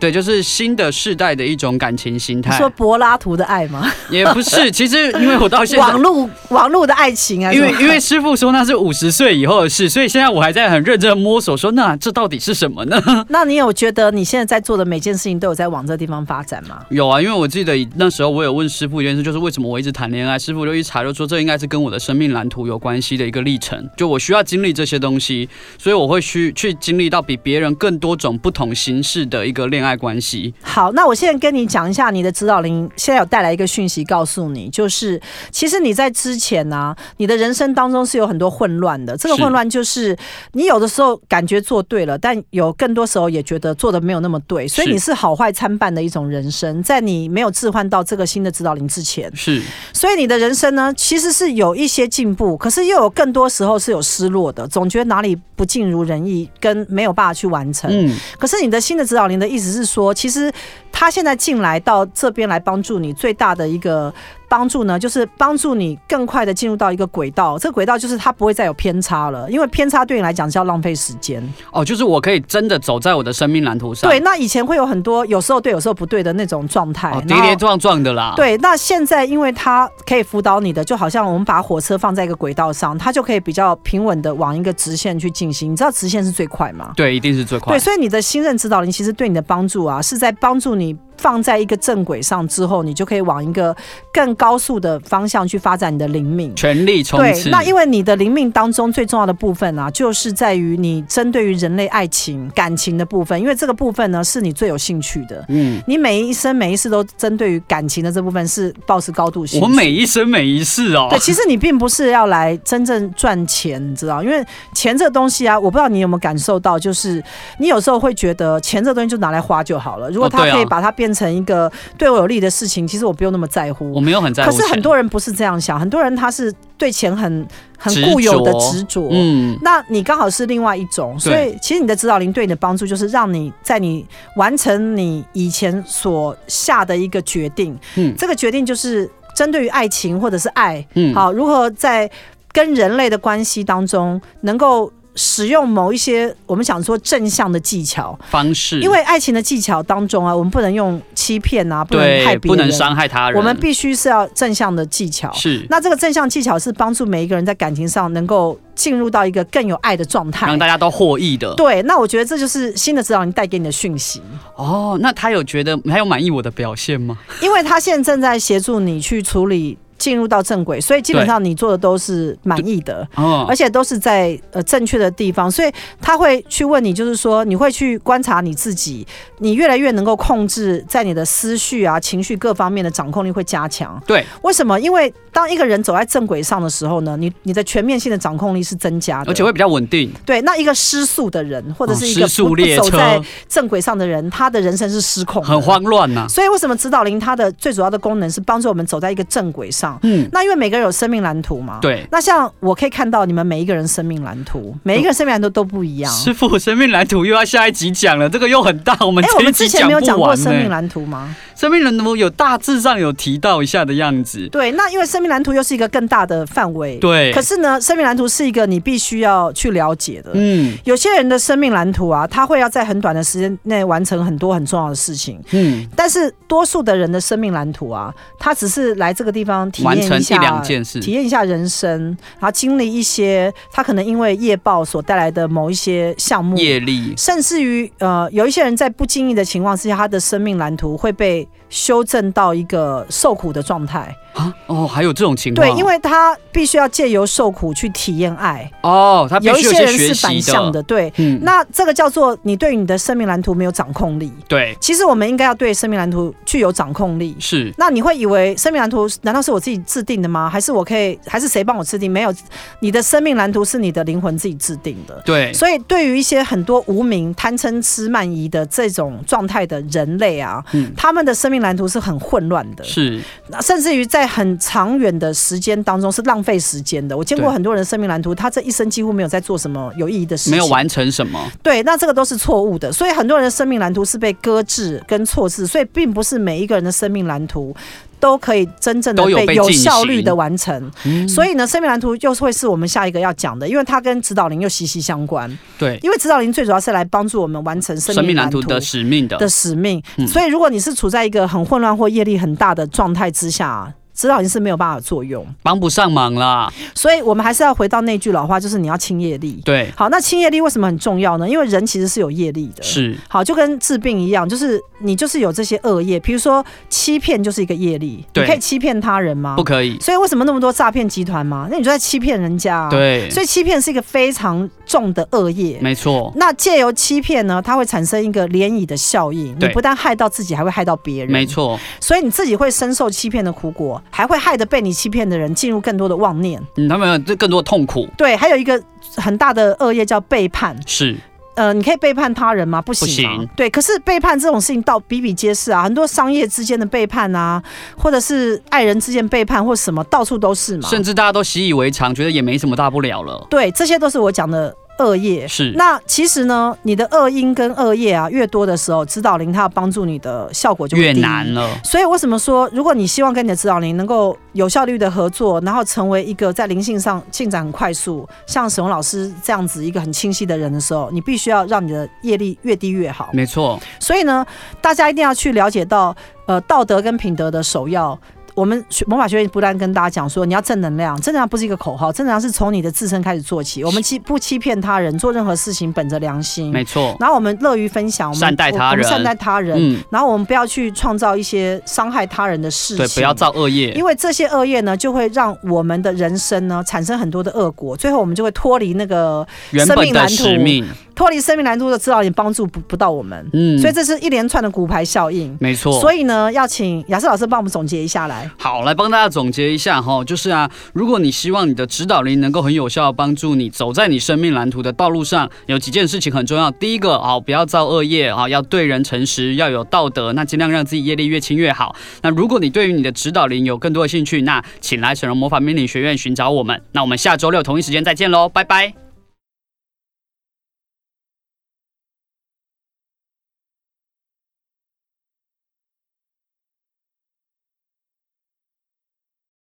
B: 对，就是新的世代的一种感情形
A: 你
B: 态，
A: 说柏拉图的爱吗？
B: 也不是。其实，因为我到现在，
A: 网络网络的爱情啊？
B: 因为
A: 什么
B: 因为师傅说那是五十岁以后的事，所以现在我还在很认真的摸索说那这到底是什么呢？
A: 那你有觉得你现在在做的每件事情都有在往这地方发展吗？
B: 有啊，因为我记得那时候我有问师傅一件事，就是为什么我一直谈恋爱，师傅就一查就说这应该是跟我的生命蓝图有关系的一个历程，就我需要经历这些东西，所以我会去去经历到比别人更多种不同形式的一个恋爱关系。
A: 好，那我现在跟你讲一下你的指导灵现在有带来一个讯息告诉你，就是其实你在之前呢、你的人生当中是有很多混乱的。这个
B: 是
A: 混乱就是你有的时候感觉做对了，但有更多时候也觉得做的没有那么对，所以
B: 是
A: 你是好坏参半的一种人生。在你没有置换到这个新的指导灵之前，
B: 是
A: 所以你的人生呢，其实是有一些进步，可是又有更多时候是有失落的，总觉得哪里不尽如人意，跟没有办法去完成。
B: 嗯，
A: 可是你的新的指导灵的意思是说，其实他现在进来到这边来帮助你，最大的一个帮助呢，就是帮助你更快的进入到一个轨道。这个轨道就是它不会再有偏差了，因为偏差对你来讲是要浪费时间。
B: 哦，就是我可以真的走在我的生命蓝图上，
A: 对，，那以前会有很多有时候对，有时候不对的那种状态，
B: 哦，
A: 然
B: 跌
A: 后
B: 跌撞撞的啦，，
A: 对，那现在因为它可以辅导你的，就好像我们把火车放在一个轨道上，它就可以比较平稳的往一个直线去进行。你知道直线是最快吗？
B: 对，一定是最快
A: 对，，所以你的新任指导灵其实对你的帮助啊，是在帮助你放在一个正轨上之后，你就可以往一个更高速的方向去发展你的灵命。
B: 全力冲
A: 对，
B: 刺，
A: 那因为你的灵命当中最重要的部分啊，就是在于你针对于人类爱情、感情的部分，因为这个部分呢是你最有兴趣的。
B: 嗯，
A: 你每一生每一世都针对于感情的这部分是保持高度兴趣。
B: 我每一生每一世哦
A: 对，，其实你并不是要来真正赚钱，你知道？因为钱这东西啊，我不知道你有没有感受到，就是你有时候会觉得钱这东西就拿来花就好了。如果
B: 哦
A: 它
B: 对啊
A: 可以把它变成一个对我有利的事情，其实我不用那么在
B: (laughs) 我
A: 乎。
B: 没有很在
A: 可
B: 乎，
A: 是很，多人不是这样想，很多人他是对钱很很固有的执着。
B: 嗯，
A: 那你刚好是另外一种，所以其实你的指导灵对你的帮助就是让你在你完成你以前所下的一个决定，
B: 嗯
A: 这个决定就是针对于爱情或者是爱，
B: 嗯，，
A: 好，如何在跟人类的关系当中能够。使用某一些我们想说正向的技巧，
B: 方式，
A: 因为爱情的技巧当中啊，我们不能用欺骗啊，不能害
B: 对，
A: 别
B: 不能
A: 人，
B: 伤害他人，
A: 我们必须是要正向的技巧。
B: 是
A: 那这个正向技巧是帮助每一个人在感情上能够进入到一个更有爱的状态
B: 让。大家都获益的。
A: 对，那我觉得这就是新的指导灵带给你的讯
B: (laughs)
A: 息，
B: 哦，那他有觉得他有满意我的表现吗？
A: 因为他现在正在协助你去处理进入到正轨，所以基本上你做的都是满意的。
B: 哦
A: 而，且都是在呃正确的地方，所以他会去问你，就是说你会去观察你自己，你越来越能够控制在你的思绪啊、情绪各方面的掌控力会加强。
B: 对，
A: 为什么？因为当一个人走在正轨上的时候呢，你你的全面性的掌控力是增加的，
B: 而且会比较稳定，
A: 对那一个失速的人或者
B: 哦
A: 是一个
B: 失速
A: 不不
B: 列
A: 走
B: 车
A: 在正轨上的人，他的人生是失控的，
B: 很慌乱呐、
A: 所以为什么指导灵它的最主要的功能是帮助我们走在一个正轨上？
B: 嗯，
A: 那因为每个人有生命蓝图嘛，
B: 对。
A: 那像我可以看到你们每一个人生命蓝图，每一个人生命蓝图都不一样。
B: 师傅，生命蓝图又要下一集讲了，这个又很大，我们
A: 哎、
B: 这
A: 我
B: 一
A: 们之
B: 集
A: 前
B: 讲
A: 没有讲
B: 不
A: 过
B: 完欸呢、
A: 生命蓝图吗？
B: 生命蓝图有大致上有提到一下的样子，
A: 对，那因为生命蓝图又是一个更大的范围。。
B: 对，
A: 可是呢，生命蓝图是一个你必须要去了解的。
B: 嗯
A: 有些人的生命蓝图啊，他会要在很短的时间内完成很多很重要的事情，
B: 嗯，
A: 但是多数的人的生命蓝图啊，他只是来这个地方体验
B: 完
A: 一
B: 成
A: 下
B: 一两件事
A: 体，验一下人生，然后经历一些他可能因为业报所带来的某一些项目，
B: 业力
A: 甚至于呃，有一些人在不经意的情况之下，他的生命蓝图会被修正到一个受苦的状态。
B: 啊，哦，还有这种情况，
A: 对，因为他必须要借由受苦去体验爱。
B: 哦，他必
A: 有一
B: 须有
A: 些
B: 些
A: 人
B: 学
A: 是反
B: 习
A: 向
B: 的，
A: 的，对。
B: 嗯，
A: 那这个叫做你对你的生命蓝图没有掌控力。
B: 对，
A: 其实我们应该要对生命蓝图具有掌控力。
B: 是
A: 那你会以为生命蓝图难道是我自己制定的吗？还是我可以，还是谁帮我制定？没有，你的生命蓝图是你的灵魂自己制定的。
B: 对，
A: 所以，对于一些很多无名、贪嗔痴慢疑的这种状态的人类啊，
B: 嗯，
A: 他们的生命蓝图是很混乱的，
B: 是
A: 那甚至于在很长远的时间当中是浪费时间的。我见过
B: 对
A: 很多人的生命蓝图，他这一生几乎没有在做什么有意义的事情，
B: 没有完成什么，
A: 对，那这个都是错误的，所以很多人的生命蓝图是被搁置跟错置，所以并不是每一个人的生命蓝图都可以真正的
B: 都有
A: 被
B: 被
A: 有
B: 进
A: 效率
B: 行
A: 的完成。
B: 嗯，
A: 所以呢，生命蓝图又会是我们下一个要讲的，因为它跟指导灵又息息相关。
B: 对
A: 因为指导灵最主要是来帮助我们完成生
B: 生
A: 命
B: 命
A: 蓝
B: 蓝
A: 图
B: 图的使命的，
A: 的使命，
B: 嗯
A: 所以如果你是处在一个很混乱或业力很大的状态之下。指导灵是没有办法作用。
B: 帮不上忙啦。
A: 所以我们还是要回到那句老话，就是你要清业力。
B: 对，
A: 好，那清业力为什么很重要呢？因为人其实是有业力的。
B: 是
A: 好，就跟治病一样，就是你就是有这些恶业，比如说欺骗就是一个业力，你
B: 对
A: 可以欺骗他人吗
B: 不？可以。
A: 所以为什么那么多诈骗集团嘛？那你就在欺骗人家、啊。，
B: 对，
A: 所以欺骗是一个非常重的恶业。
B: 没错，
A: 那借由欺骗呢，它会产生一个涟漪的效应，你
B: 对
A: 不但害到自己，还会害到别人。
B: 没，错。
A: 所以你自己会深受欺骗的苦果，还会害得被你欺骗的人进入更多的妄念。
B: 嗯，他们有这更多的痛苦
A: 对，还有一个很大的恶业叫背叛。
B: 是
A: 呃，你可以背叛他人吗？不行、啊，
B: 不行
A: 对。可是背叛这种事情到比比皆是啊，很多商业之间的背叛啊，或者是爱人之间背叛，或什么，到处都是嘛。
B: 甚至大家都习以为常，觉得也没什么大不了了。
A: 对，这些都是我讲的恶业。
B: 是，
A: 那其实呢，你的恶因跟恶业啊越多的时候，指导灵它要帮助你的效果就
B: 越
A: 会低嗯
B: 难。了。
A: 所以为什么说，如果你希望跟你的指导灵能够有效率的合作，然后成为一个在灵性上进展很快速，像沈荣老师这样子一个很清晰的人的时候，你必须要让你的业力越低越好。
B: 没错，
A: 所以呢，大家一定要去了解到，呃，道德跟品德的首要。我们学魔法学院不但跟大家讲说，你要正能量，正能量不是一个口号，正能量是从你的自身开始做起。我们欺不欺骗他人，做任何事情本着良心，
B: 没错。
A: 然后我们乐于分享，我们
B: 善待
A: 我
B: 他人
A: 们善待他人，
B: 嗯，
A: 然后我们不要去创造一些伤害他人的事情，
B: 对，不要造恶业
A: 因。为这些恶业呢，就会让我们的人生呢产生很多的恶果，最后我们就会脱离那个
B: 原
A: 生
B: 本
A: 命
B: 的
A: 蓝图
B: 使命，
A: 脱离生命蓝图的指导也帮助不不到我们，
B: 嗯，
A: 所以这是一连串的骨牌效应。
B: 没错。
A: 所以呢，要请雅思老师帮我们总结一下来。
B: 好，来帮大家总结一下哈，就是啊，如果你希望你的指导灵能够很有效地帮助你走在你生命蓝图的道路上，有几件事情很重要。第一个啊，不要造恶业啊，要对人诚实，要有道德，那尽量让自己业力越轻越好。那如果你对于你的指导灵有更多的兴趣，那请来沈荣魔法命理学院寻找我们。那我们下周六同一时间再见喽，拜拜。